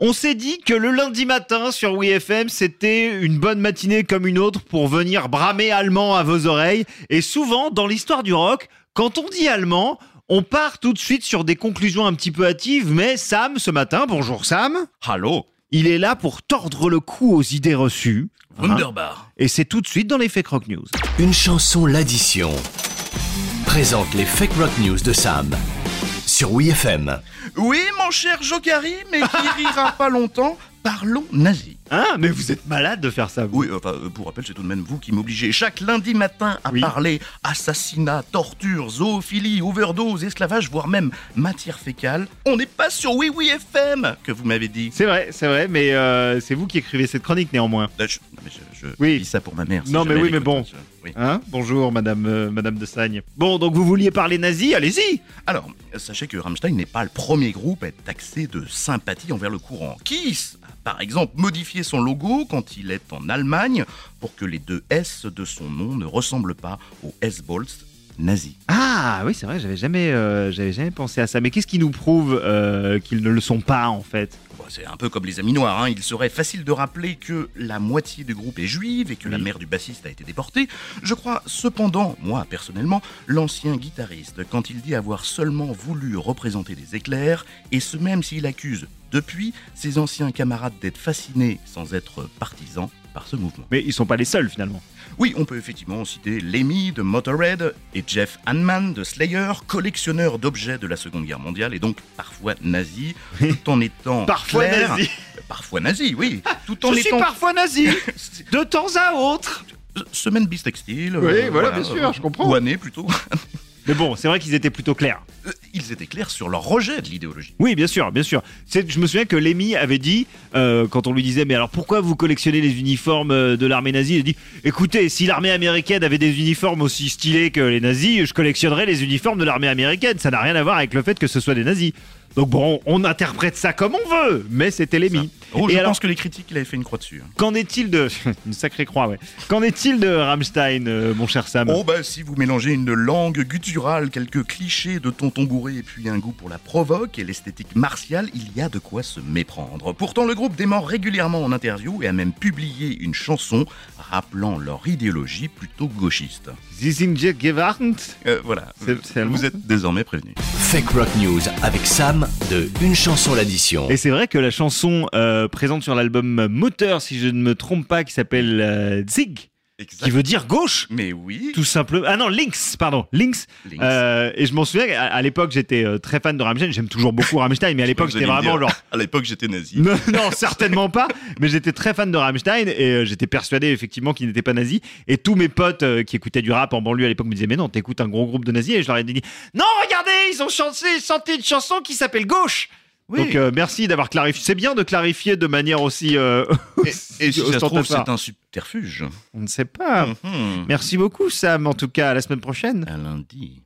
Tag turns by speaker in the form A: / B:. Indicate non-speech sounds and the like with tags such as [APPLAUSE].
A: On s'est dit que le lundi matin sur WeFM, c'était une bonne matinée comme une autre pour venir bramer allemand à vos oreilles. Et souvent, dans l'histoire du rock, quand on dit allemand, on part tout de suite sur des conclusions un petit peu hâtives. Mais Sam, ce matin, bonjour Sam,
B: Hallo,
A: il est là pour tordre le cou aux idées reçues. Hein.
B: Wunderbar.
A: Et c'est tout de suite dans les Fake Rock News.
C: Une chanson l'addition présente les Fake Rock News de Sam sur WeFM.
D: Hein? Oui, mon cher Jokari,
A: [LAUGHS]
D: mais qui rira pas longtemps, parlons nazi.
A: Hein Mais vous êtes malade de faire ça, vous.
D: Oui, enfin, euh, pour rappel, c'est tout de même vous qui m'obligez chaque lundi matin à
A: Oui.
D: parler assassinat, torture, zoophilie, overdose, esclavage, voire même matière fécale. On n'est pas sur Oui Oui FM que vous m'avez dit.
A: C'est vrai, c'est vrai, mais euh, c'est vous qui écrivez cette chronique néanmoins.
D: Euh, je- non, mais je, je
A: Oui.
D: dis ça pour ma mère. si
A: Non, mais
D: jamais
A: oui,
D: elle
A: mais
D: écoute,
A: bon.
D: je- oui.
A: Hein Bonjour, madame, euh, madame de Sagne. Bon, donc vous vouliez parler nazi, allez-y
D: Alors, sachez que Rammstein n'est pas le premier groupe à être taxé de sympathie envers le courant. Kiss a, par exemple, modifié son logo quand il est en Allemagne pour que les deux S de son nom ne ressemblent pas aux S-Bolts nazis.
A: Ah oui, c'est vrai, j'avais jamais, euh, j'avais jamais pensé à ça. Mais qu'est-ce qui nous prouve euh, qu'ils ne le sont pas en fait
D: Bon, Bah, C'est un peu comme les amis noirs, hein. il serait facile de rappeler que la moitié du groupe est juive et que la
A: Oui.
D: mère du bassiste a été déportée. Je crois cependant, moi personnellement, l'ancien guitariste, quand il dit avoir seulement voulu représenter des éclairs, et ce même s'il accuse depuis ses anciens camarades d'être fascinés sans être partisans par ce mouvement.
A: Mais ils sont pas les seuls finalement.
D: Oui, on peut effectivement citer Lemmy de Motorhead et Jeff Hanneman de Slayer, collectionneurs d'objets de la Seconde Guerre mondiale et donc parfois nazis, tout en
A: [LAUGHS]
D: étant
A: Parfois
D: clair-
A: nazi.
D: Parfois nazi, oui. Tout
A: [LAUGHS]
D: en
A: Je suis
D: étant
A: parfois nazi, de temps à autre.
D: semaine bistextile. euh,
A: Oui, voilà, bien sûr, je comprends.
D: Ou année plutôt. [LAUGHS]
A: Mais bon, c'est vrai qu'ils étaient plutôt clairs.
D: Euh, Ils étaient clairs sur leur rejet de l'idéologie.
A: Oui, bien sûr, bien sûr. C'est- Je me souviens que Lémy avait dit, euh, quand on lui disait, mais alors pourquoi vous collectionnez les uniformes euh, de l'armée nazie Il a dit, écoutez, si l'armée américaine avait des uniformes aussi stylés que les nazis, je collectionnerais les uniformes de l'armée américaine. Ça n'a rien à voir avec le fait que ce soit des nazis. Donc bon, on interprète ça comme on veut, mais c'était Lémy.
D: Oh,
A: Et
D: je
A: alors-
D: pense que les critiques, il avait fait une croix dessus. hein.
A: Qu'en est-il de... [LAUGHS] Une sacrée croix, ouais. Qu'en est-il de Rammstein, euh, mon cher Sam
D: Oh bah si vous mélangez une langue gutturale, quelques clichés de tonton bourré et puis un goût pour la provoque et l'esthétique martiale, il y a de quoi se méprendre. Pourtant le groupe dément régulièrement en interview et a même publié une chanson rappelant leur idéologie plutôt gauchiste.
A: Sie sind jetzt gewarnt
D: Euh, voilà,
A: C'est- c'est allemand
D: vous êtes désormais prévenus.
C: Fake Rock News avec Sam de Une chanson l'addition.
A: Et c'est vrai que la chanson euh, présente sur l'album Moteur, si je ne me trompe pas, qui s'appelle euh, Zig, qui veut dire gauche,
D: Mais oui,
A: tout simplement. Ah non, Lynx, pardon, Lynx.
D: Links.
A: Euh, et je m'en souviens, à, à l'époque, j'étais euh, très fan de Rammstein. J'aime toujours beaucoup Rammstein, mais à l'époque,
D: Vous
A: j'étais
D: allez me
A: vraiment
D: dire,
A: genre.
D: À l'époque j'étais nazi.
A: Non, [LAUGHS] non, certainement pas. Mais j'étais très fan de Rammstein et euh, j'étais persuadé effectivement qu'ils n'étaient pas nazis. Et tous mes potes euh, qui écoutaient du rap en banlieue à l'époque me disaient Mais non, t'écoutes un gros groupe de nazis. Et je leur ai dit Non, regardez, ils ont chanté, chanté une chanson qui s'appelle Gauche.
D: Oui.
A: Donc euh, merci d'avoir clarifié. C'est bien de clarifier de manière aussi. euh, [LAUGHS]
D: Et, et si ça se trouve
A: ostentatoire.
D: c'est un subterfuge.
A: On ne sait pas.
D: Mhm.
A: Merci beaucoup, Sam. En tout cas, à la semaine prochaine.
D: À lundi.